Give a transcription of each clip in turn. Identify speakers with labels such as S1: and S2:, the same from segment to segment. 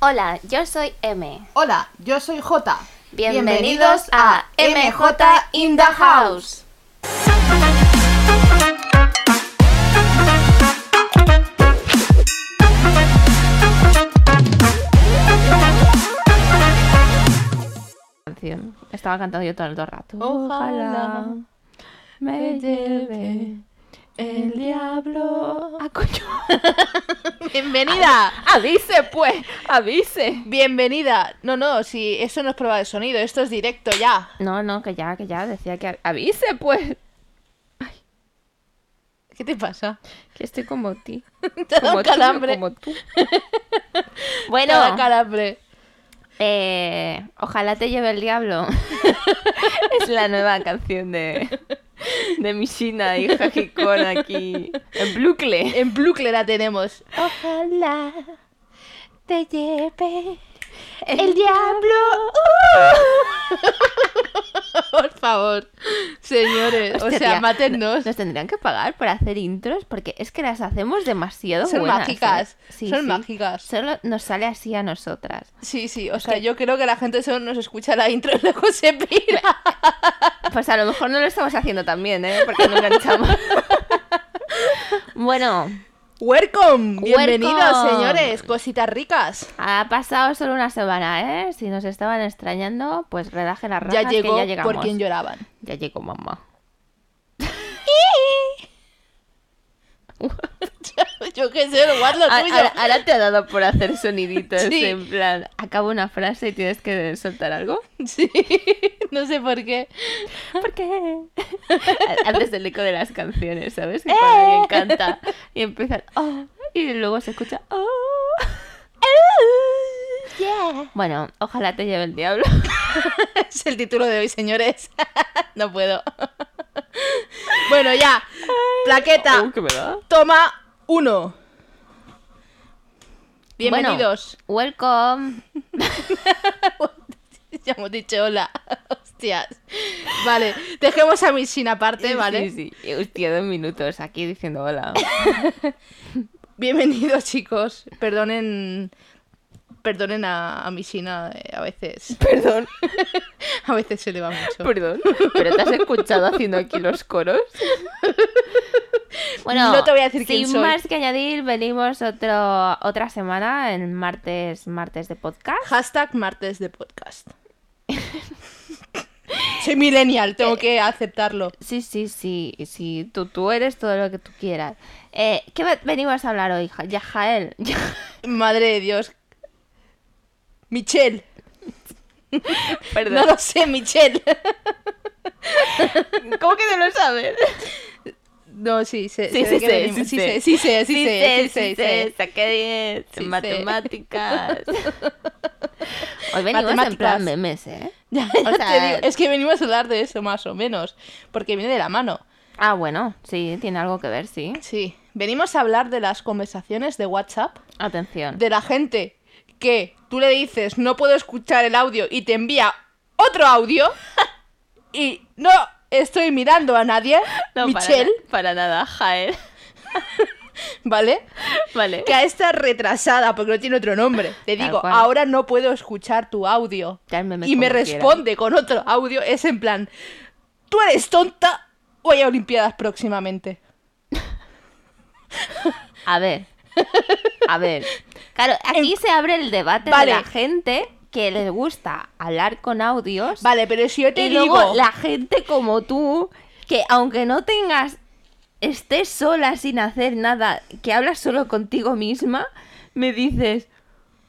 S1: Hola, yo soy M.
S2: Hola, yo soy J.
S1: Bienvenidos a MJ in the House.
S3: canción. Estaba cantando yo todo el todo el rato.
S4: Ojalá
S3: me
S4: lleve el diablo.
S3: a coño.
S4: Bienvenida.
S3: Avise, pues, avise.
S4: Bienvenida. No, no, si eso no es prueba de sonido, esto es directo ya.
S3: No, no, que ya, que ya, decía que av- avise, pues.
S4: ¿Qué te pasa?
S3: Que estoy como ti.
S4: Te da
S3: como
S4: un
S3: tú,
S4: calambre.
S3: como tú.
S4: Te da
S3: Bueno,
S4: calambre.
S3: eh, ojalá te lleve el diablo. es la nueva canción de, de Mishina y Hajikon aquí en Blucle.
S4: En Blucle la tenemos.
S3: Ojalá te lleve
S1: El diablo.
S4: Por favor. Señores, o
S3: Hostia,
S4: sea,
S3: tía,
S4: mátennos.
S3: Nos tendrían que pagar por hacer intros porque es que las hacemos demasiado
S4: Son
S3: buenas.
S4: mágicas.
S3: ¿eh? Sí,
S4: Son
S3: sí.
S4: mágicas.
S3: Solo nos sale así a nosotras.
S4: Sí, sí, o sea, yo creo que la gente solo nos escucha la intro y luego se pira.
S3: Pues a lo mejor no lo estamos haciendo también, ¿eh? Porque no enganchamos. bueno,
S4: Welcome. Bienvenidos,
S3: Welcome.
S4: señores. Cositas ricas.
S3: ha pasado solo una semana, ¿eh? Si nos estaban extrañando, pues relaje las rajas
S4: Ya llegó
S3: que ya llegamos.
S4: por quien lloraban.
S3: Ya llegó mamá.
S4: Yo qué sé, guarda
S3: A-
S4: lo tuyo.
S3: Ahora, ahora te ha dado por hacer soniditos
S4: Sí.
S3: en plan, acaba una frase y tienes que soltar algo.
S4: Sí, no sé por qué.
S3: ¿Por qué? Haces el eco de las canciones, ¿sabes?
S4: ¡Eh!
S3: Que cuando alguien canta y empiezan "Oh", y luego se escucha "Oh". Bueno, ojalá te lleve el diablo.
S4: Es el título de hoy, señores. No puedo. Bueno, ya. Plaqueta,
S3: Uh, ¿qué me da?
S4: toma uno. Bienvenidos.
S3: Bueno, welcome.
S4: Ya hemos dicho hola. Hostias. Vale, dejemos a mi sin aparte, ¿vale?
S3: Sí, sí. Hostia, dos minutos aquí diciendo hola.
S4: Bienvenidos, chicos. Perdonen. Perdonen a, a mi Sina, eh, a veces.
S3: Perdón,
S4: A veces se le va mucho.
S3: perdón. ¿Pero te has escuchado haciendo aquí los coros? Bueno,
S4: No te voy a decir quién
S3: sin
S4: soy.
S3: más que añadir, venimos otro, otra semana, el martes, martes de podcast.
S4: Hashtag martes de podcast. Soy millennial, tengo que aceptarlo.
S3: Sí, sí, sí, sí, tú, tú eres todo lo que tú quieras. Eh, ¿Qué ve- venimos a hablar hoy, Ja- ya Jael? Ya-
S4: Madre de Dios. Michelle.
S3: Perdón.
S4: No lo sé, Michelle.
S3: ¿Cómo que no lo sabes?
S4: No, sí, sé.
S3: Sí,
S4: sé
S3: sí,
S4: de qué
S3: sé,
S4: venimos.
S3: sí
S4: sí,
S3: sé.
S4: sé, sí, sé, sí, sé, sí, sé, sé.
S3: saqué 10
S4: Sí,
S3: en
S4: sé.
S3: matemáticas. Hoy venimos en
S4: Matemáticas.
S3: plan memes, ¿eh?
S4: Ya,
S3: O
S4: ya
S3: sea-
S4: te digo, es que venimos a hablar de eso, más o menos. Porque viene de la mano.
S3: Ah, bueno, sí, tiene algo que ver, sí.
S4: Sí. Venimos a hablar de las conversaciones de WhatsApp.
S3: Atención.
S4: De la gente que tú le dices, no puedo escuchar el audio y te envía otro audio. Y no estoy mirando a nadie.
S3: No, para
S4: Michelle,
S3: na- Para, nada, Jael.
S4: ¿vale?
S3: Vale.
S4: que a esta retrasada, porque no tiene otro nombre, te
S3: Tal
S4: digo,
S3: cual.
S4: ahora no puedo escuchar tu audio.
S3: Ya el meme
S4: y me
S3: como quiera.
S4: responde con otro audio, es en plan, tú eres tonta, voy a Olimpiadas próximamente.
S3: A ver. A ver. Claro, aquí se abre el debate
S4: Vale.
S3: de la gente que les gusta hablar con audios.
S4: Vale, pero si yo te
S3: Y
S4: digo,
S3: luego la gente como tú, que aunque no tengas, estés sola sin hacer nada, que hablas solo contigo misma, me dices,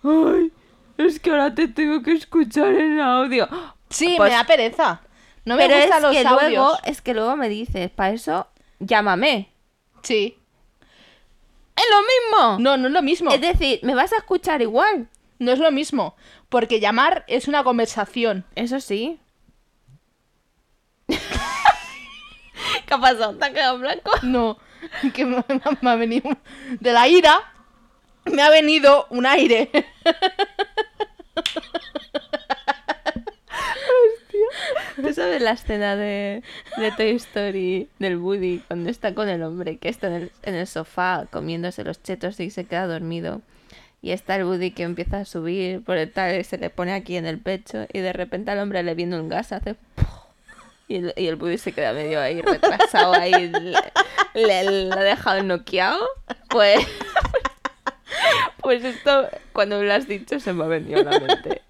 S3: ay, es que ahora te tengo que escuchar en audio.
S4: sí,
S3: pues-
S4: me da pereza. No me
S3: Pero
S4: gustan
S3: es
S4: los
S3: que
S4: audios.
S3: luego, es que luego me dices, para eso, llámame.
S4: Sí.
S3: Es lo mismo.
S4: No, no es lo mismo.
S3: Es decir, me vas a escuchar igual.
S4: No es lo mismo. Porque llamar es una conversación.
S3: Eso sí. ¿Qué ha pasado? ¿Te ha quedado blanco?
S4: No, que me, me- me ha venido de la ira, me ha venido un aire.
S3: ¿Tú sabes la escena de, de Toy Story del Woody cuando está con el hombre que está en el, en el sofá comiéndose los chetos y se queda dormido? Y está el Buddy que empieza a subir por el tal, se le pone aquí en el pecho y de repente al hombre le viene un gas, hace... Y el, y el Buddy se queda medio ahí retrasado, ahí le, le- lo ha dejado noqueado. Pues, pues esto, cuando me lo has dicho, se me ha venido a la mente.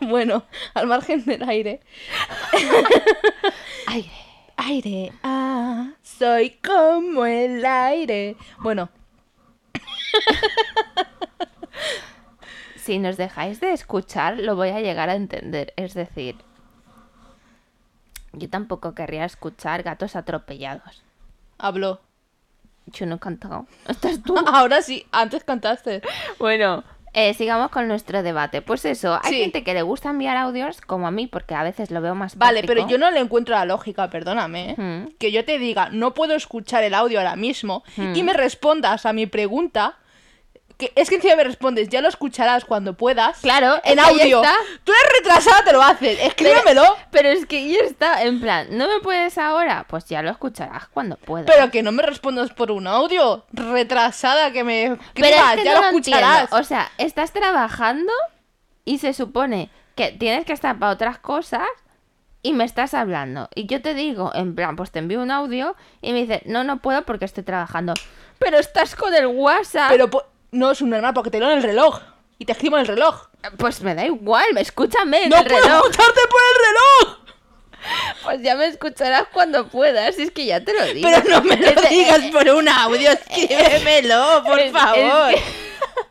S4: bueno, al margen del aire.
S3: Aire.
S4: Aire, ah, soy como el aire. Bueno,
S3: Si nos dejáis de escuchar, lo voy a llegar a entender. Es decir, yo tampoco querría escuchar gatos atropellados.
S4: habló.
S3: Yo no he cantado. Estás tú.
S4: Ahora sí, antes cantaste.
S3: Bueno, eh, sigamos con nuestro debate. Pues eso, hay
S4: Sí.
S3: gente que le gusta enviar audios, como a mí, porque a veces lo veo más
S4: Vale,
S3: práctico.
S4: pero yo no le encuentro la lógica, perdóname. ¿eh?
S3: Hmm.
S4: Que yo te diga, no puedo escuchar el audio ahora mismo
S3: Hmm.
S4: y me respondas a mi pregunta. Que es que encima me respondes, ya lo escucharás cuando puedas.
S3: Claro,
S4: en
S3: es que ya
S4: audio.
S3: está.
S4: Tú eres retrasada, te lo haces. Escríbemelo.
S3: Pero es que ya está, en plan, ¿no me puedes ahora? Pues ya lo escucharás cuando puedas.
S4: Pero que no me respondas por un audio. Retrasada que me escribas,
S3: Pero es que
S4: ya
S3: no
S4: lo
S3: entiendo.
S4: escucharás.
S3: O sea, estás trabajando y se supone que tienes que estar para otras cosas y me estás hablando. Y yo te digo, en plan, pues te envío un audio y me dices, no, no puedo porque estoy trabajando. Pero estás con el WhatsApp.
S4: Pero po- no es un normal porque te leo en el reloj. Y te escribo en el reloj.
S3: Pues me da igual, me- escúchame en
S4: ¡No
S3: el
S4: puedo
S3: reloj.
S4: escucharte por el reloj!
S3: Pues ya me escucharás cuando puedas, es que ya te lo digo.
S4: Pero no me lo
S3: Es de-
S4: digas por un audio, escríbemelo, por
S3: Es- es
S4: favor.
S3: que-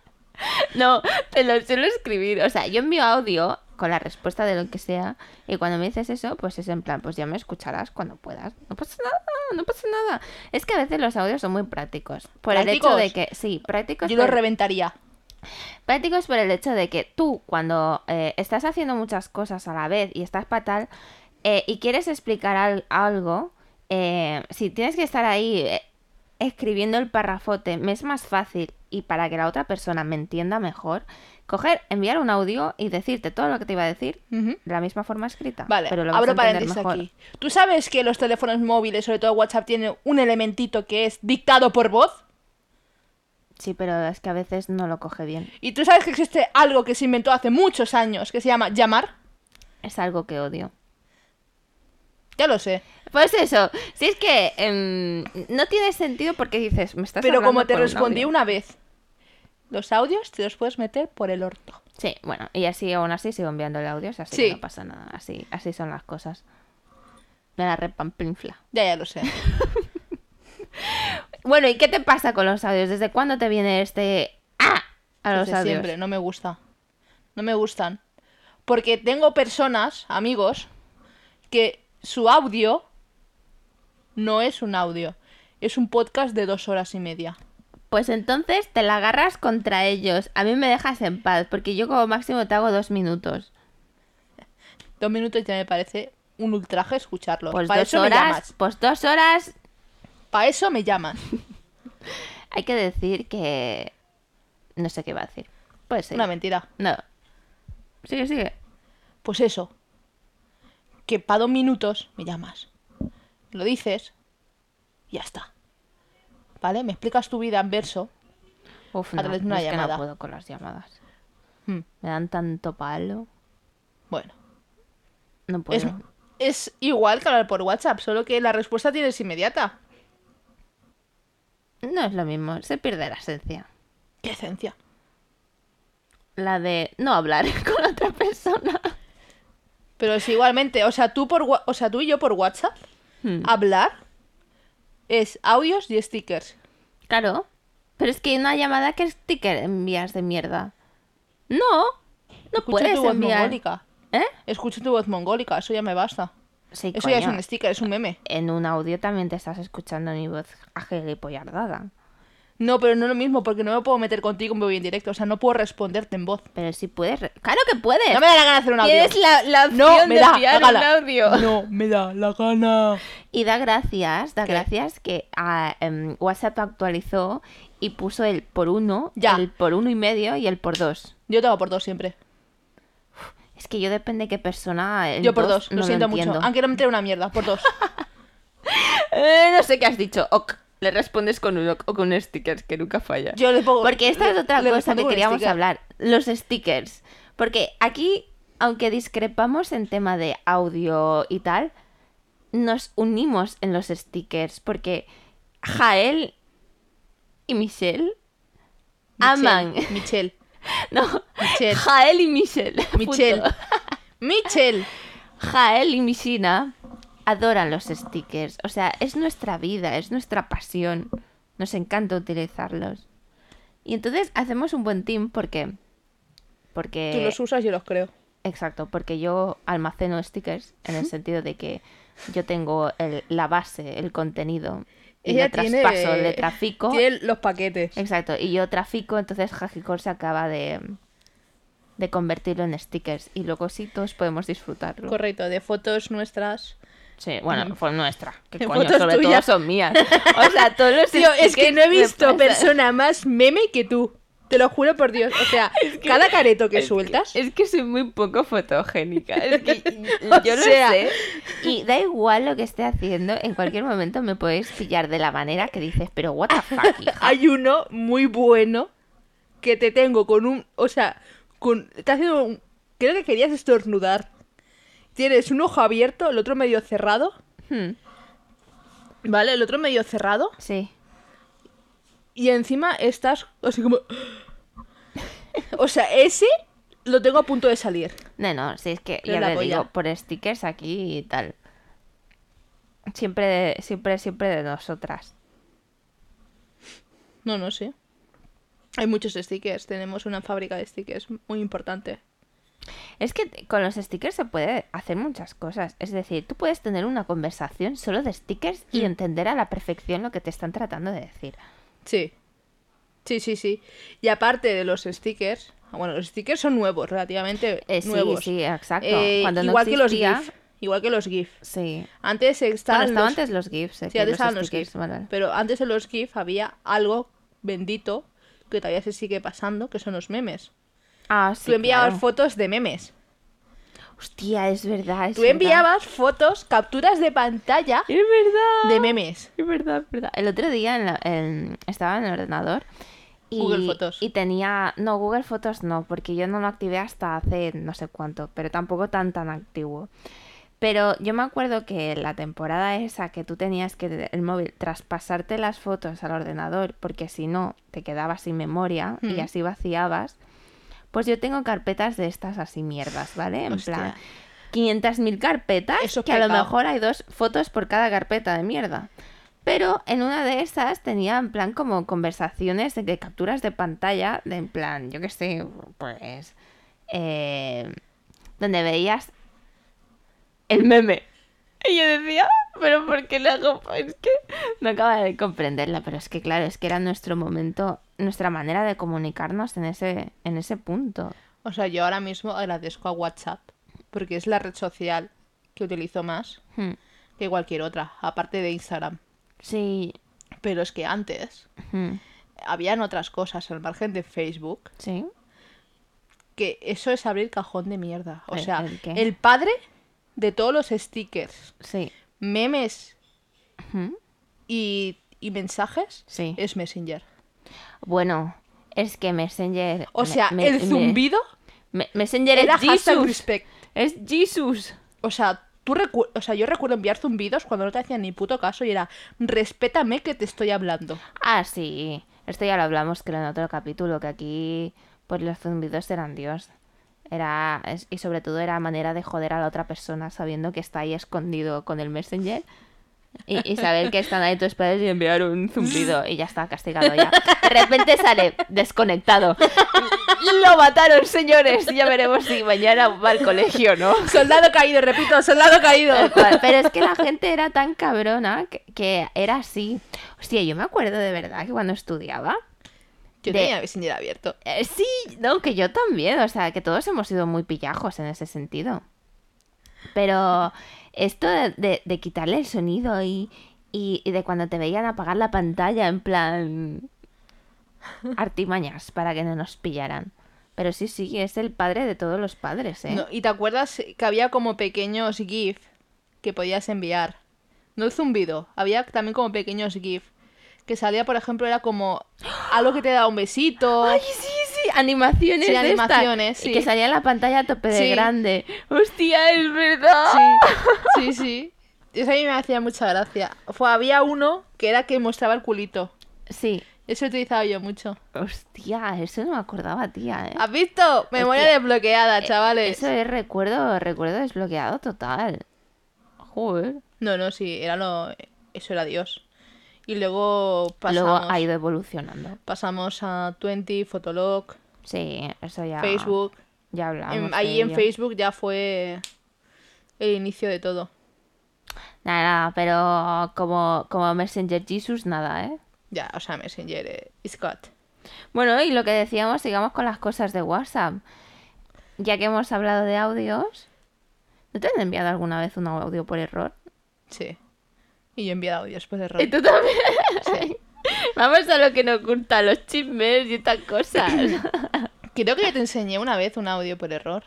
S3: No, te lo suelo escribir. O sea, yo envío audio con la respuesta de lo que sea. Y cuando me dices eso, pues es en plan, pues ya me escucharás cuando puedas. No pasa nada, no pasa nada. Es que a veces los audios son muy prácticos. Por
S4: ¿Prácticos?
S3: el hecho de que, sí, prácticos.
S4: Yo lo
S3: por-
S4: reventaría.
S3: prácticos por el hecho de que tú, cuando eh, estás haciendo muchas cosas a la vez y estás fatal eh, y quieres explicar al- algo, eh, si tienes que estar ahí eh, escribiendo el parrafote, me es más fácil y para que la otra persona me entienda mejor, coger, enviar un audio y decirte todo lo que te iba a decir
S4: Ujú.
S3: de la misma forma escrita.
S4: Vale,
S3: pero lo vas a
S4: abro
S3: entender
S4: paréntesis
S3: mejor.
S4: aquí. ¿Tú sabes que los teléfonos móviles, sobre todo WhatsApp, tienen un elementito que es dictado por voz?
S3: Sí, pero es que a veces no lo coge bien.
S4: ¿Y tú sabes que existe algo que se inventó hace muchos años que se llama llamar?
S3: Es algo que odio.
S4: Ya lo sé.
S3: Pues eso, si es que em, no tiene sentido porque dices, me estás
S4: Pero
S3: hablando
S4: como te
S3: por un
S4: respondí
S3: audio".
S4: una vez, los audios te los puedes meter por el orto.
S3: Sí, bueno, y así aún así sigo enviando el audio, o sea, así
S4: Sí.
S3: que no pasa nada, así, así son las cosas. Me la repamplinfla.
S4: Ya, ya lo sé.
S3: Bueno, ¿y qué te pasa con los audios? ¿Desde cuándo te viene este ah a los
S4: Desde
S3: audios?
S4: siempre, no me gusta. No me gustan. Porque tengo personas, amigos, que su audio no es un audio. Es un podcast de dos horas y media.
S3: Pues entonces te la agarras contra ellos. A mí me dejas en paz, porque yo como máximo te hago dos minutos.
S4: Dos minutos ya me parece un ultraje escucharlo.
S3: Pues
S4: Para
S3: dos
S4: eso me
S3: horas.
S4: llamas.
S3: Pues dos horas.
S4: Para eso me llaman.
S3: Hay que decir que. No sé qué va a decir. Pues sí.
S4: Una mentira.
S3: No. Sigue, sigue.
S4: Pues eso. Que para dos minutos me llamas. Lo dices. Y ya está. ¿Vale? Me explicas tu vida en verso.
S3: Uf,
S4: A
S3: no,
S4: través de una
S3: es que no
S4: llamada.
S3: puedo con las llamadas.
S4: Hmm,
S3: Me dan tanto palo.
S4: Bueno.
S3: Pues No puedo.
S4: Es, es igual que hablar por WhatsApp, solo que la respuesta tienes inmediata.
S3: No es lo mismo, se pierde la esencia.
S4: ¡Qué esencia!
S3: La de no hablar con otra persona.
S4: Pero es igualmente, o sea, tú, por, wa- o sea, tú y yo por WhatsApp,
S3: Hmm.
S4: hablar es audios y stickers.
S3: Claro. Pero es que hay una llamada que sticker envías de mierda. No. No
S4: Escucho
S3: puedes
S4: tu voz
S3: enviar.
S4: mongólica.
S3: ¿eh?
S4: Escucho tu voz mongólica, eso ya me basta.
S3: Sí,
S4: eso ya es
S3: coño.
S4: un sticker, es un meme.
S3: En un audio también te estás escuchando mi voz agilipollardada.
S4: No, pero no es lo mismo, porque no me puedo meter contigo en vivo y en directo, o sea, no puedo responderte en voz.
S3: Pero si puedes. re- ¡Claro que puedes!
S4: No me da la gana de hacer un audio.
S3: Tienes la, la opción
S4: no, me
S3: de
S4: da la
S3: enviar un
S4: gana.
S3: audio.
S4: No, me da la gana.
S3: Y da gracias, da
S4: ¿Qué?
S3: gracias que ah, em, WhatsApp actualizó y puso el por uno,
S4: Ya.
S3: el por uno y medio y el por dos.
S4: Yo tengo por dos siempre.
S3: Es que yo depende de qué persona. el
S4: Yo por dos,
S3: no
S4: lo siento mucho.
S3: entiendo.
S4: Aunque no me entre una mierda, por dos.
S3: Eh, no sé qué has dicho. ok. Le respondes con un, o con un sticker, que nunca falla.
S4: Yo le pongo.
S3: Porque esta es
S4: le-
S3: otra
S4: le
S3: cosa
S4: respondo
S3: que
S4: con
S3: queríamos
S4: sticker.
S3: hablar, los stickers. Porque aquí, aunque discrepamos en tema de audio y tal, nos unimos en los stickers. Porque Jael y Michelle
S4: Michelle,
S3: aman.
S4: Michelle.
S3: No,
S4: Michelle.
S3: Jael y Michelle. punto.
S4: Michelle. Michelle.
S3: Jael y Mishina adoran los stickers. O sea, es nuestra vida, es nuestra pasión. Nos encanta utilizarlos. Y entonces hacemos un buen team porque... Porque...
S4: Tú los usas, yo los creo.
S3: Exacto, porque yo almaceno stickers en el sentido de que yo tengo el- la base, el contenido. Y
S4: Ella
S3: le traspaso,
S4: tiene- eh,
S3: le trafico.
S4: Tiene los paquetes.
S3: Exacto, y yo trafico, entonces Hajicor se acaba de, de convertirlo en stickers. Y luego sí, todos podemos disfrutarlo.
S4: Correcto, de fotos nuestras.
S3: Sí, bueno, fue nuestra. Que
S4: De
S3: coño,
S4: fotos
S3: sobre todo
S4: tuyas.
S3: son mías. O sea, todos los
S4: Tío, es que
S3: stickers
S4: no he
S3: me
S4: visto
S3: pasan-
S4: persona más meme que tú. Te lo juro por Dios. O sea, cada careto que
S3: Es
S4: sueltas.
S3: Es que soy muy poco fotogénica. Es que
S4: O
S3: yo lo
S4: sea.
S3: sé. Y da igual lo que esté haciendo, en cualquier momento me podéis pillar de la manera que dices, pero what the fuck, hija.
S4: Hay uno muy bueno que te tengo con un. O sea, con. Te haciendo un- Creo que querías estornudar. Tienes un ojo abierto, el otro medio cerrado.
S3: Hmm,
S4: ¿Vale? El otro medio cerrado.
S3: Sí.
S4: Y encima estás así como. O sea, ese lo tengo a punto de salir.
S3: No, no, sí, es que
S4: Pero
S3: ya
S4: la
S3: te
S4: polla.
S3: digo, por stickers aquí y tal. Siempre, de- siempre, siempre de nosotras.
S4: No, no sé. Hay muchos stickers. Tenemos una fábrica de stickers muy importante.
S3: Es que t- con los stickers se puede hacer muchas cosas. Es decir, tú puedes tener una conversación solo de stickers
S4: Mm.
S3: y entender a la perfección lo que te están tratando de decir.
S4: Sí. Sí, sí, sí. Y aparte de los stickers. Bueno, los stickers son nuevos, relativamente
S3: Eh, sí,
S4: nuevos.
S3: sí, exacto.
S4: Eh,
S3: Cuando no
S4: igual que
S3: existía-
S4: los GIF. Igual que los GIF.
S3: Sí.
S4: Antes
S3: Bueno,
S4: estaban.
S3: estaban
S4: los-
S3: antes los GIFs. eh,
S4: Sí,
S3: que
S4: antes estaban los
S3: stickers,
S4: GIF.
S3: vale.
S4: Pero antes de los GIF había algo bendito que todavía se sigue pasando, que son los memes.
S3: Ah, sí.
S4: Tú enviabas
S3: claro.
S4: fotos de memes.
S3: Hostia, es verdad. es
S4: Tú
S3: verdad.
S4: enviabas fotos, capturas de pantalla
S3: Es verdad.
S4: de memes.
S3: Es verdad, es verdad. El otro día en la- en- estaba en el ordenador. Y,
S4: Google Fotos.
S3: Y tenía. No, Google Fotos no, porque yo no lo activé hasta hace no sé cuánto, pero tampoco tan tan activo. Pero yo me acuerdo que la temporada esa que tú tenías que de- el móvil traspasarte las fotos al ordenador, porque si no te quedabas sin memoria y
S4: Mm.
S3: así vaciabas. Pues yo tengo carpetas de estas así mierdas, ¿vale? En
S4: Hostia.
S3: plan, 500.000 carpetas,
S4: Eso es
S3: que a lo
S4: pecado.
S3: mejor hay dos fotos por cada carpeta de mierda. Pero en una de esas tenía en plan como conversaciones de, de capturas de pantalla, de en plan, yo qué sé, pues... eh, donde veías el meme. Y yo decía, pero ¿por qué le hago? Es que no acaba de comprenderla, pero es que claro, es que era nuestro momento, nuestra manera de comunicarnos en ese, en ese punto.
S4: O sea, yo ahora mismo agradezco a WhatsApp, porque es la red social que utilizo más
S3: Hmm.
S4: que cualquier otra, aparte de Instagram.
S3: Sí.
S4: Pero es que antes
S3: Hmm.
S4: habían otras cosas al margen de Facebook,
S3: Sí.
S4: que eso es abrir cajón de mierda. O
S3: ¿El-
S4: sea,
S3: el qué?
S4: el padre de todos los stickers,
S3: Sí.
S4: memes
S3: Hmm.
S4: y, y mensajes
S3: Sí.
S4: es Messenger.
S3: Bueno, es que Messenger.
S4: O
S3: me-
S4: sea,
S3: me-
S4: el
S3: me-
S4: zumbido
S3: me- Messenger
S4: era
S3: es
S4: hashtag
S3: Jesus.
S4: respect.
S3: Es Jesus.
S4: O sea, tú recu- o sea, yo recuerdo enviar zumbidos cuando no te hacían ni puto caso y era, respétame que te estoy hablando.
S3: Ah, sí. Esto ya lo hablamos, creo, en otro capítulo, que aquí pues los zumbidos eran Dios. Era, es- y sobre todo era manera de joder a la otra persona sabiendo que está ahí escondido con el messenger y, y saber que están ahí tus padres y enviar un zumbido y ya está castigado ya. De repente sale desconectado. Lo mataron, señores. Ya veremos si mañana va al colegio, o ¿no?
S4: Soldado caído, repito, soldado caído.
S3: Tal cual. Pero es que la gente era tan cabrona que, que era así. Hostia, yo me acuerdo de verdad que cuando estudiaba.
S4: Yo
S3: De-
S4: tenía Messenger abierto.
S3: eh, sí, no, que yo también. O sea, que todos hemos sido muy pillajos en ese sentido. Pero esto de, de- de quitarle el sonido y, y- y de cuando te veían apagar la pantalla, en plan. artimañas para que no nos pillaran. Pero sí, sí, es el padre de todos los padres, ¿eh?
S4: No, y te acuerdas que había como pequeños GIF que podías enviar. No el zumbido, había también como pequeños GIF que salía, por ejemplo, era como algo que te da un besito.
S3: Ay, sí, sí, animaciones.
S4: Sí,
S3: de estas.
S4: animaciones, sí.
S3: Y que salía en la pantalla a tope de
S4: Sí.
S3: grande. Hostia, es verdad.
S4: Sí, sí, sí. Eso a mí me hacía mucha gracia. Fue, había uno que era que mostraba el culito.
S3: Sí.
S4: Eso he utilizado yo mucho.
S3: Hostia, eso no me acordaba, tía, ¿eh?
S4: ¿Has visto? Memoria
S3: Hostia.
S4: desbloqueada, chavales.
S3: Eso es recuerdo, recuerdo desbloqueado total. Joder.
S4: No, no, sí, era lo... Eso era Dios. Y luego pasamos,
S3: Luego ha ido evolucionando.
S4: pasamos a 20, Fotolog,
S3: Sí, eso ya.
S4: Facebook.
S3: Ya hablamos.
S4: En-
S3: de
S4: ahí en
S3: ello.
S4: Facebook ya fue el inicio de todo.
S3: Nada, pero como, como Messenger Jesus, nada, ¿eh?
S4: Ya, o sea, Messenger, eh, it's got.
S3: Bueno, y lo que decíamos, sigamos con las cosas de WhatsApp. Ya que hemos hablado de audios, ¿no te han enviado alguna vez un audio por error?
S4: Sí. Y yo he enviado audios por error.
S3: Y tú también. Vamos a lo que nos gusta, los chismes y estas cosas.
S4: Creo que yo te enseñé una vez un audio por error.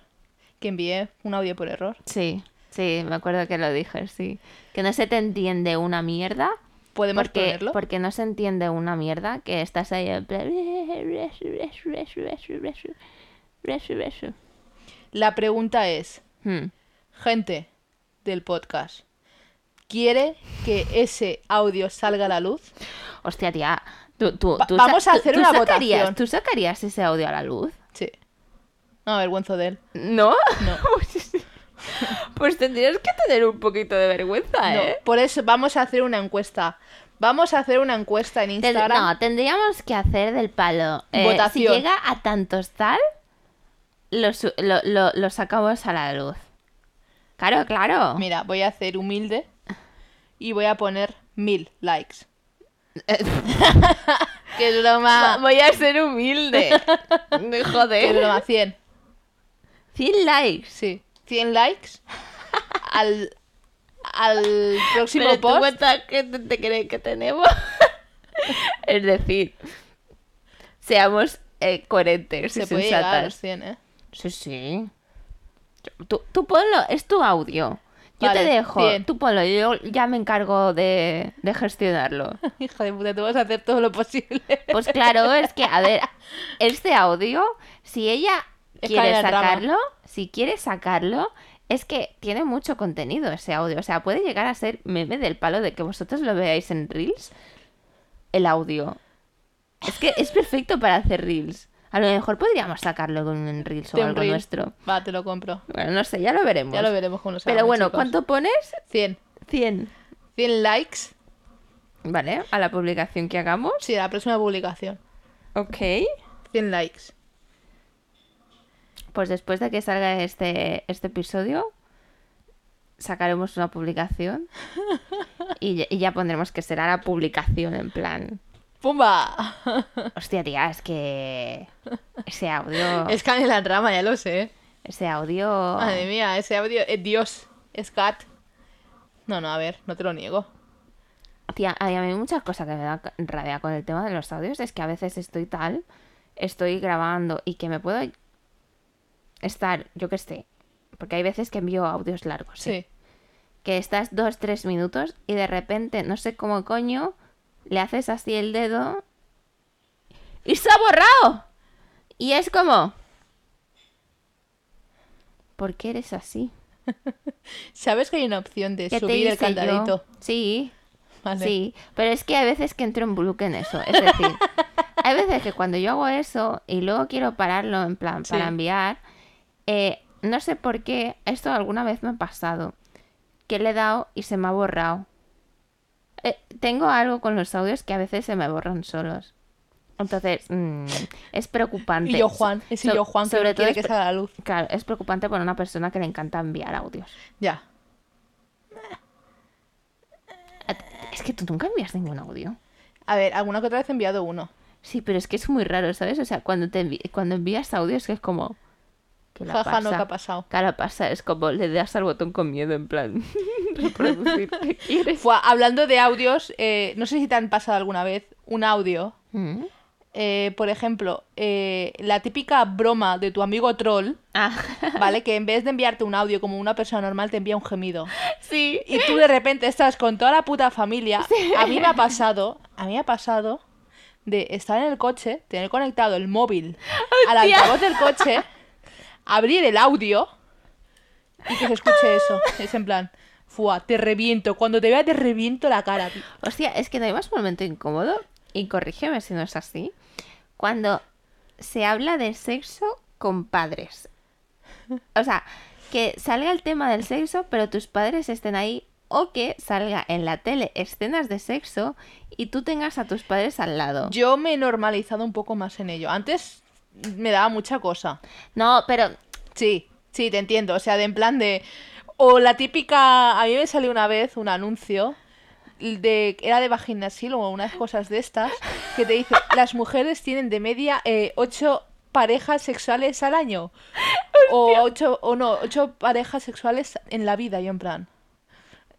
S4: Que envié un audio por error.
S3: sí, sí, me acuerdo que lo dije, sí. Que no se te entiende una mierda.
S4: ¿Podemos
S3: porque,
S4: ponerlo?
S3: Porque no se entiende una mierda que estás ahí en plan...
S4: La pregunta es,
S3: Hmm.
S4: gente del podcast, ¿quiere que ese audio salga a la luz?
S3: Hostia, tía. Tú, tú,
S4: Va-
S3: tú
S4: vamos
S3: sa-
S4: a
S3: tú-
S4: hacer
S3: tú
S4: una
S3: sacarías-
S4: votación.
S3: ¿Tú sacarías ese audio a la luz?
S4: Sí. No, avergüenzo de él.
S3: ¿No?
S4: No.
S3: pues, pues tendrías que tener un poquito de vergüenza,
S4: No,
S3: ¿eh?
S4: Por eso vamos a hacer una encuesta. Vamos a hacer una encuesta en
S3: Ten-
S4: Instagram.
S3: no, tendríamos que hacer del palo. eh,
S4: Votación.
S3: Si llega a tantos tal, lo, su- lo, lo- lo sacamos a la luz. Claro, claro.
S4: Mira, voy a hacer humilde y voy a poner mil likes. que es lo
S3: Va-
S4: más.
S3: Voy a ser humilde.
S4: Que es lo
S3: Joder.
S4: más 100.
S3: 100 likes.
S4: Sí. 100 likes al, al próximo
S3: Pero tú
S4: post.
S3: cuánta gente te crees que tenemos? es decir, seamos eh, coherentes y
S4: Se puede llegar a los
S3: sensatas.
S4: 100, ¿eh?
S3: Sí, sí. Yo- Tú, tú ponlo, es tu audio. Yo
S4: Vale,
S3: te dejo,
S4: bien.
S3: tú ponlo, yo ya me encargo de, de gestionarlo.
S4: Hija de puta, tú vas a hacer todo lo posible.
S3: Pues claro, es que, a ver, este audio, si ella
S4: Es
S3: quiere
S4: cadena de drama.
S3: sacarlo, si quiere sacarlo, es que tiene mucho contenido ese audio. O sea, puede llegar a ser meme del palo de que vosotros lo veáis en Reels, el audio. Es que es perfecto para hacer Reels. A lo mejor podríamos sacarlo con un Reels o
S4: Ten
S3: algo
S4: reel.
S3: nuestro.
S4: Va, te lo compro.
S3: Bueno, no sé, ya lo veremos.
S4: Ya lo veremos con los
S3: Pero bueno, ¿cuánto pones?
S4: 100.
S3: 100.
S4: 100 likes.
S3: Vale, a la publicación que hagamos.
S4: Sí, a la próxima publicación.
S3: Ok.
S4: 100 likes.
S3: Pues después de que salga este, este episodio, sacaremos una publicación y, ya- y ya pondremos que será la publicación en plan.
S4: ¡Pumba!
S3: Hostia, tía, es que ese audio,
S4: Es Kanye la rama, ya lo sé.
S3: ese audio,
S4: Madre mía, ese audio es Dios, es Kat. No, no, a ver, no te lo niego.
S3: tía, hay a mí muchas cosas que me da ca- rabia con el tema de los audios es que a veces estoy tal, estoy grabando y que me puedo estar, yo que sé, porque hay veces que envío audios largos. ¿eh?
S4: Sí.
S3: que estás dos, tres minutos y de repente, no sé cómo coño, le haces así el dedo y se ha borrado. Y es como... ¿Por qué eres así?
S4: ¿Sabes que hay una opción de
S3: ¿Qué te
S4: subir el
S3: hice yo?
S4: candadito?
S3: Sí,
S4: Vale.
S3: sí. Pero es que hay veces que entro en bloque en eso. Es decir, hay veces que cuando yo hago eso y luego quiero pararlo en plan
S4: Sí.
S3: para enviar, eh, no sé por qué, esto alguna vez me ha pasado, que le he dado y se me ha borrado. Eh, tengo algo con los audios que a veces se me borran solos. Entonces, mm, es preocupante.
S4: Y yo, Juan, ese
S3: So-
S4: yo, Juan, que
S3: sobre
S4: no
S3: todo
S4: quiere
S3: es
S4: que
S3: pre-
S4: salga a la luz.
S3: Claro, es preocupante para una persona que le encanta enviar audios.
S4: Ya.
S3: A ti- Es que tú nunca envías ningún audio.
S4: A ver, alguna que otra vez he enviado uno.
S3: Sí, pero es que es muy raro, ¿sabes? O sea, cuando te envi- cuando envías audios que es como que la
S4: Jaja, no,
S3: pasa.
S4: ¿qué ha pasado?
S3: Cara pasa, es como le das al botón con miedo en plan reproducir ¿qué quieres?
S4: Fua, hablando de audios, eh, no sé si te han pasado alguna vez un audio.
S3: Mm.
S4: eh, por ejemplo, eh, la típica broma de tu amigo troll,
S3: Ah,
S4: ¿vale? Que en vez de enviarte un audio como una persona normal, te envía un gemido.
S3: sí.
S4: y tú de repente estás con toda la puta familia. A mí me ha pasado a mí me ha pasado de estar en el coche, tener conectado el móvil al altavoz del coche, abrir el audio y que se escuche eso. Es en plan, fuá, te reviento. Cuando te vea te reviento la cara. tío".
S3: Hostia, es que no hay más momento incómodo, y corrígeme si no es así, cuando se habla de sexo con padres. O sea, que salga el tema del sexo, pero tus padres estén ahí, o que salga en la tele escenas de sexo y tú tengas a tus padres al lado.
S4: Yo me he normalizado un poco más en ello. Antes me daba mucha cosa.
S3: No, pero
S4: Sí, sí, te entiendo. O sea, de en plan de. O la típica. A mí me salió una vez un anuncio. De, era de vaginasil o unas cosas de estas. Que te dice: Las mujeres tienen de media eh, ocho parejas sexuales al año. O ocho, o no, ocho parejas sexuales en la vida. Yo, en plan.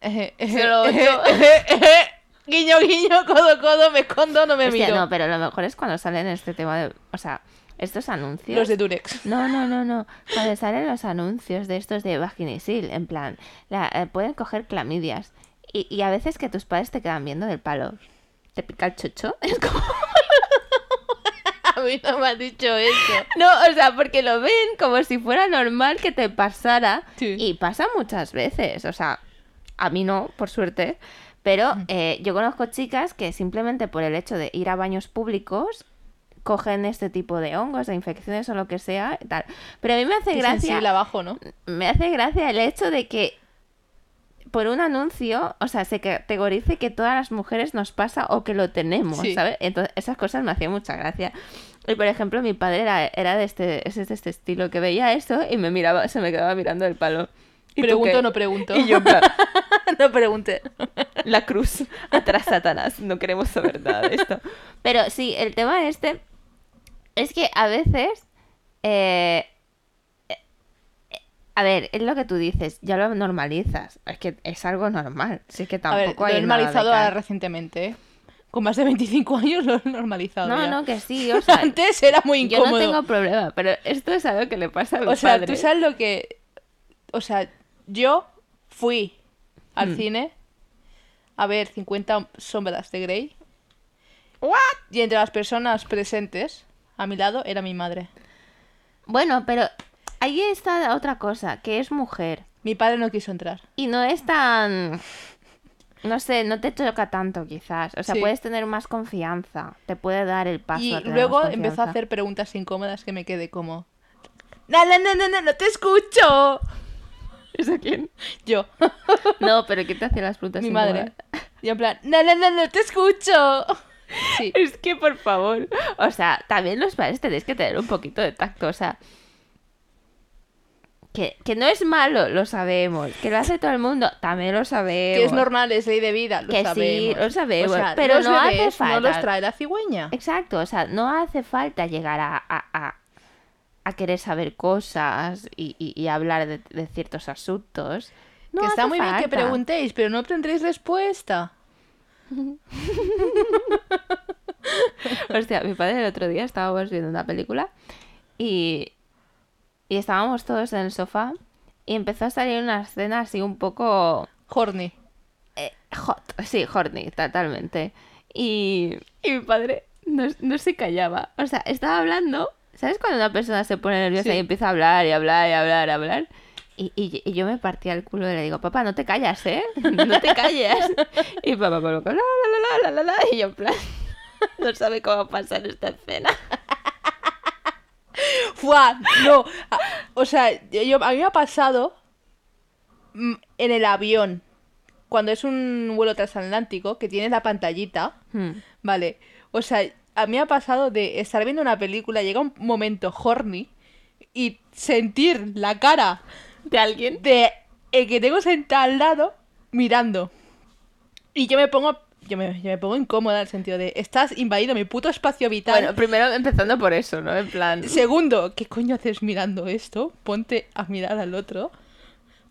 S4: eh, eh,
S3: Solo ocho.
S4: eh, eh, guiño, guiño, codo, codo, me escondo, no me
S3: Hostia,
S4: miro.
S3: no, pero lo mejor es cuando salen este tema de. O sea, estos anuncios.
S4: Los de Durex.
S3: No, no, no, no. Cuando salen los anuncios de estos de Vaginisil, en plan, la- eh, pueden coger clamidias. Y, y a veces que tus padres te quedan viendo del palo. ¿Te pica el chocho? Es como.
S4: A mí no me has dicho eso.
S3: No, o sea, porque lo ven como si fuera normal que te pasara.
S4: Sí.
S3: Y pasa muchas veces. O sea, a mí no, por suerte. Pero eh, yo conozco chicas que simplemente por el hecho de ir a baños públicos cogen este tipo de hongos, de infecciones o lo que sea. y Tal. Pero a mí me hace gracia.
S4: Gracias. abajo, ¿no?
S3: Me hace gracia el hecho de que por un anuncio, o sea, se categorice que todas las mujeres nos pasa o que lo tenemos,
S4: Sí.
S3: ¿sabes? Entonces, esas cosas me hacían mucha gracia. Y por ejemplo, mi padre era, era de, este, es de este estilo, que veía eso y me miraba, se me quedaba mirando el palo. ¿Y tú
S4: Pregunto
S3: qué?
S4: o no pregunto.
S3: Y yo, en plan,
S4: no pregunté.
S3: la cruz, atrás Satanás, no queremos saber nada de esto. Pero sí, el tema este es que a veces... eh, eh, a ver, es lo que tú dices, ya lo normalizas, es que es algo normal, sí que
S4: A ver,
S3: tampoco
S4: lo he
S3: hay nada de
S4: normalizado ahora
S3: cara.
S4: recientemente. ¿eh? Con más de 25 años lo he normalizado.
S3: No,
S4: ya.
S3: no, que sí, o sea,
S4: Antes era muy
S3: yo no
S4: incómodo.
S3: tengo problema, pero esto es algo que le pasa a mi
S4: o sea,
S3: padre.
S4: tú sabes lo que. O sea, yo fui
S3: Mm.
S4: al cine a ver 50 sombras de Grey. Y entre las personas presentes, a mi lado, era mi madre.
S3: Bueno, pero ahí está otra cosa, que es mujer.
S4: Mi padre no quiso entrar.
S3: Y no es tan... No sé, no te choca tanto quizás. O sea,
S4: Sí.
S3: puedes tener más confianza. Te puede dar el paso. a
S4: Y
S3: tener más
S4: luego
S3: confianza.
S4: empezó a hacer preguntas incómodas que me quedé como... No, no, no, no, no, no te escucho.
S3: ¿Eso quién?
S4: Yo,
S3: No, pero ¿qué te hacía las preguntas?
S4: mi
S3: incómodas?
S4: madre. Y en plan, no, no, no, no te escucho. Sí,
S3: Es que, por favor. O sea, también los padres tenéis que tener un poquito de tacto. O sea, que, que no es malo, lo sabemos. Que lo hace todo el mundo, también lo sabemos.
S4: que es normal, es ley de vida, lo
S3: Que sí,
S4: sabemos.
S3: lo sabemos, pero
S4: los
S3: no hace
S4: bebés
S3: falta. Eh,
S4: No los trae la cigüeña.
S3: Exacto, o sea, no hace falta llegar a, a, a- a querer saber cosas y, y- y hablar de, de ciertos asuntos. No
S4: que está
S3: hace
S4: muy bien que
S3: falta.
S4: preguntéis, pero no obtendréis respuesta.
S3: Hostia, mi padre el otro día estábamos viendo una película y, y estábamos todos en el sofá y empezó a salir una escena así un poco
S4: Horny.
S3: eh, hot, sí, horny, totalmente. Y, y mi padre no, no se callaba. O sea, estaba hablando. ¿Sabes cuando una persona se pone nerviosa
S4: Sí.
S3: y empieza a hablar y hablar y hablar y hablar? Y, y- y yo me partía el culo y le digo, papá, no te callas, ¿eh? No te calles. Y papá, por lo que, la, la, la, la, la, la, la, y yo en plan, no sabe cómo va a pasar esta escena.
S4: ¡Fua! No. A- O sea, yo, yo- a mí me ha pasado mm, en el avión, cuando es un vuelo transatlántico, que tienes la pantallita.
S3: Hmm.
S4: Vale. O sea, a mí me ha pasado de estar viendo una película, llega un momento horny y sentir la cara
S3: ¿De alguien?
S4: de el que tengo sentado al lado mirando. Y yo me pongo yo me, yo me pongo incómoda en el sentido de estás invadido mi puto espacio vital.
S3: Bueno, primero empezando por eso, ¿no? En plan...
S4: Segundo, ¿qué coño haces mirando esto? Ponte a mirar al otro.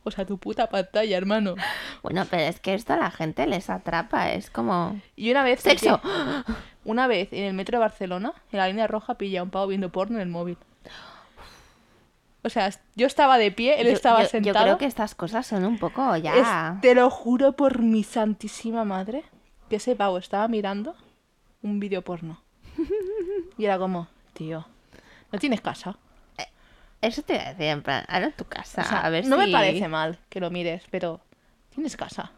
S4: O sea, tu puta pantalla, hermano.
S3: Bueno, pero es que esto a la gente les atrapa, es como...
S4: Y una vez
S3: ¡Sexo!
S4: Una vez en el metro de Barcelona, en la línea roja, pilla a un pavo viendo porno en el móvil. O sea, yo estaba de pie, él
S3: Yo-
S4: estaba
S3: yo-
S4: sentado. Este
S3: Yo creo que estas cosas son un poco ya.
S4: Es- te lo juro por mi santísima madre que ese pavo estaba mirando un vídeo porno. Y era como, tío, ¿no tienes casa?
S3: Eso te iba a decir, en plan, ahora en tu casa,
S4: O sea,
S3: a ver
S4: no
S3: si-
S4: me parece mal que lo mires, pero tienes casa.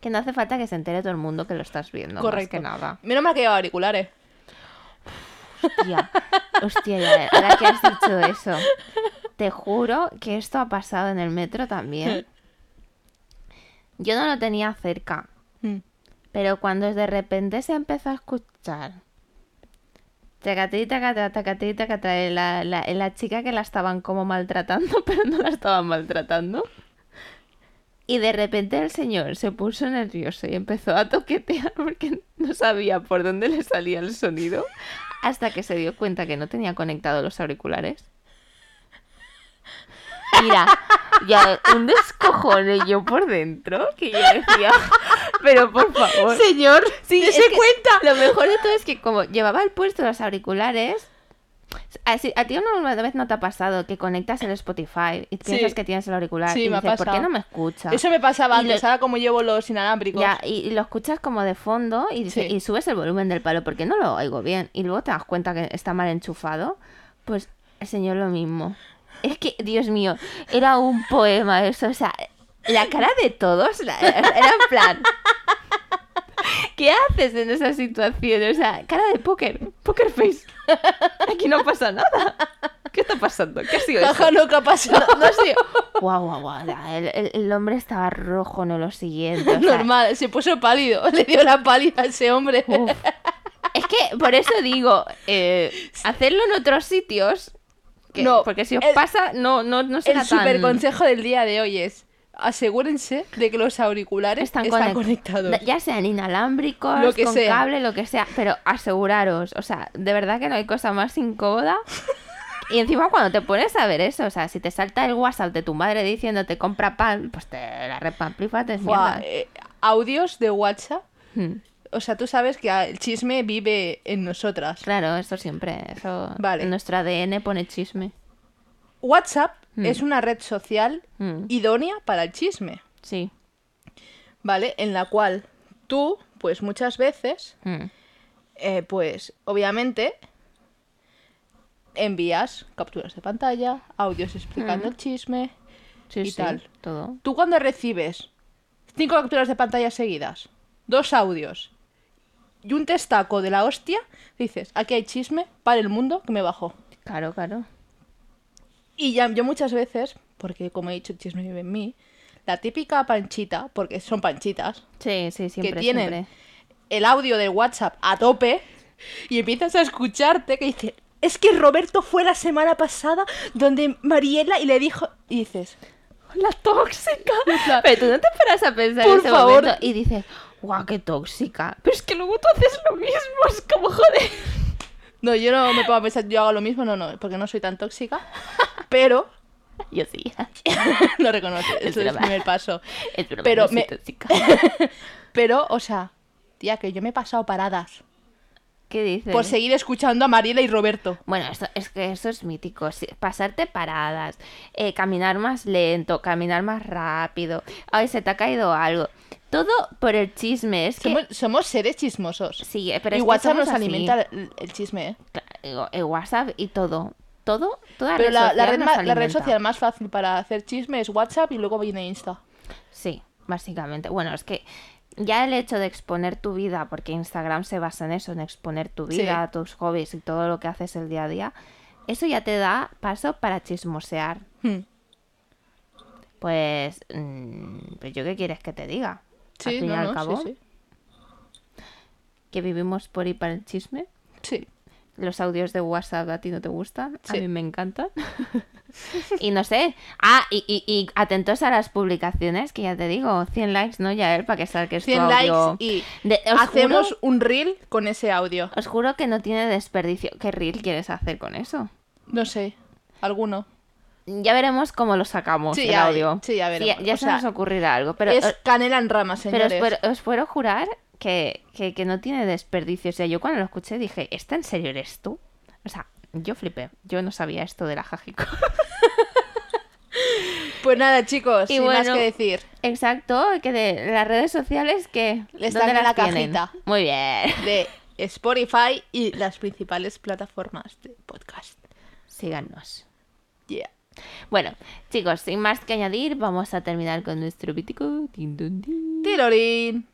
S3: Que no hace falta que se entere todo el mundo que lo estás viendo.
S4: Correcto.
S3: Correcto. Más que nada.
S4: Menos mal que llevaba auriculares.
S3: Hostia, hostia, ya, eh, ahora que has dicho eso. Te juro que esto ha pasado en el metro también. Yo no lo tenía cerca,
S4: Mm.
S3: pero cuando de repente se empezó a escuchar. Tacatí, tacatá, tacatí, tacatá, y la, la, y la chica que la estaban como maltratando, pero no la estaban maltratando. Y de repente el señor se puso nervioso y empezó a toquetear porque no sabía por dónde le salía el sonido hasta que se dio cuenta que no tenía conectados los auriculares. Mira, ya un descojone yo por dentro que yo decía, pero por favor.
S4: Señor,
S3: Sí,
S4: ¿te
S3: es
S4: se
S3: que
S4: cuenta?
S3: Lo mejor de todo es que como llevaba al puesto los auriculares, así- a ti una vez no te ha pasado que conectas el Spotify y piensas que tienes el auricular
S4: Sí,
S3: y
S4: me ha
S3: dices, ¿por qué
S4: pasado.
S3: no me escucha?
S4: Eso me pasaba
S3: Y
S4: antes,
S3: lo-
S4: ahora como llevo los inalámbricos.
S3: Ya, y, y lo escuchas como de fondo y, dice-
S4: Sí.
S3: y subes el volumen del palo porque no lo oigo bien y luego te das cuenta que está mal enchufado, pues el señor lo mismo. Es que, Dios mío, era un poema eso, o sea, la cara de todos la- era en plan... ¿Qué haces en esa situación? O sea, cara de póker, poker face. Aquí no pasa nada. ¿Qué está pasando? ¿Qué ha sido eso?
S4: Jaja, lo que ha pasado.
S3: No sé. Guau, guau, guau. El, el- el hombre estaba rojo, no lo siguiente. o sea,
S4: Normal, se puso pálido, le dio la pálida a ese hombre.
S3: Uf. Es que por eso digo, eh, hacerlo en otros sitios. que-
S4: No,
S3: porque si os
S4: el-
S3: pasa, no, no, no será
S4: El
S3: tan...
S4: super consejo del día de hoy es asegúrense de que los auriculares están,
S3: conect-
S4: conectados.
S3: Ya sean inalámbricos,
S4: Lo que
S3: con
S4: sea.
S3: cable, lo que sea. Pero aseguraros, o sea, de verdad que no hay cosa más incómoda. Y encima cuando te pones a ver eso, o sea, si te salta el WhatsApp de tu madre diciéndote compra pan, pues te la repamplifa, te
S4: Buah,
S3: mierda.
S4: eh, audios de WhatsApp.
S3: Hmm.
S4: O sea, tú sabes que ah, el chisme vive en nosotras.
S3: Claro, eso siempre, eso...
S4: Vale.
S3: En nuestro ADN pone chisme.
S4: WhatsApp
S3: Hmm.
S4: es una red social
S3: Hmm.
S4: idónea para el chisme,
S3: Sí.
S4: ¿vale? En la cual tú, pues muchas veces,
S3: Hmm.
S4: eh, pues obviamente envías capturas de pantalla, audios explicando el chisme.
S3: Sí,
S4: Y
S3: sí,
S4: tal.
S3: todo.
S4: Tú cuando recibes cinco capturas de pantalla seguidas, dos audios y un testaco de la hostia, dices, aquí hay chisme para el mundo que me bajó.
S3: Claro, claro.
S4: Y ya, yo muchas veces, porque como he dicho, el chisme vive en mí, la típica panchita, porque son panchitas,
S3: Sí, sí, siempre.
S4: que tienen
S3: siempre.
S4: el audio de WhatsApp a tope y empiezas a escucharte que dice, es que Roberto fue la semana pasada donde Mariela y le dijo, y dices,
S3: La tóxica. Pero tú no te paras a pensar en
S4: Por
S3: ese
S4: favor.
S3: momento y dices, guau, qué tóxica. Pero es que luego tú haces lo mismo, es como joder.
S4: no, yo no me puedo pensar, yo hago lo mismo, no, no, porque no soy tan tóxica, pero
S3: Yo sí.
S4: lo reconoce, eso es el
S3: broma.
S4: primer paso.
S3: Es broma,
S4: Pero
S3: no soy
S4: me-
S3: tóxica.
S4: Pero, o sea, tía, que yo me he pasado paradas
S3: ¿Qué dices?
S4: por seguir escuchando a Mariela y Roberto.
S3: Bueno, esto- es que eso es mítico. sí, Pasarte paradas, eh, caminar más lento, caminar más rápido. Ay, se te ha caído algo. Todo por el chisme. Es que.
S4: Somos, somos seres chismosos.
S3: Sí, eh, pero
S4: y
S3: es que
S4: WhatsApp
S3: somos
S4: nos
S3: así.
S4: alimenta el, el chisme, ¿eh?
S3: Claro, eh, WhatsApp y todo. Todo, toda
S4: Pero
S3: red
S4: la,
S3: social
S4: la red
S3: Ah, nos
S4: ma- la red
S3: alimenta.
S4: social más fácil para hacer chisme es WhatsApp y luego viene Insta.
S3: Sí, básicamente. Bueno, es que ya el hecho de exponer tu vida, porque Instagram se basa en eso, en exponer tu
S4: Sí.
S3: vida, tus hobbies y todo lo que haces el día a día, eso ya te da paso para chismosear.
S4: Hmm.
S3: Pues, mm, pues yo qué quieres que te diga. al
S4: Sí,
S3: fin y
S4: no,
S3: al
S4: no,
S3: cabo,
S4: sí,
S3: que vivimos por y para el chisme.
S4: sí. Sí.
S3: Los audios de WhatsApp a ti no te gustan,
S4: Sí.
S3: a mí me encantan. y no sé. Ah, y, y- y atentos a las publicaciones, que ya te digo, 100 likes, ¿no, Yael? Para que salga que es tu
S4: 100 likes
S3: audio.
S4: y
S3: De- os
S4: hacemos
S3: juro-
S4: un reel con ese audio.
S3: Os juro que no tiene desperdicio. ¿Qué reel quieres hacer con eso?
S4: No sé, alguno.
S3: Ya veremos cómo lo sacamos
S4: Sí,
S3: el
S4: ya-
S3: audio.
S4: sí, ya veremos.
S3: Ya,
S4: O
S3: se
S4: sea,
S3: nos ocurrirá algo. Pero,
S4: es
S3: os,
S4: canela en rama,
S3: pero
S4: señores.
S3: os, puedo- os puedo jurar que, que- que no tiene desperdicio. O sea, yo cuando lo escuché dije, ¿esta en serio eres tú? O sea, yo flipé. Yo no sabía esto de la Jajico.
S4: Pues nada, chicos,
S3: Y
S4: sin más
S3: bueno,
S4: que decir.
S3: Exacto, que de las redes sociales que...
S4: Están
S3: ¿dónde
S4: en la
S3: las tienen?
S4: cajita.
S3: Muy bien.
S4: de Spotify y las principales plataformas de podcast.
S3: Síganos.
S4: Yeah.
S3: Bueno, chicos, sin más que añadir, vamos a terminar con nuestro mítico... tin, dun, tin.
S4: Tirorín.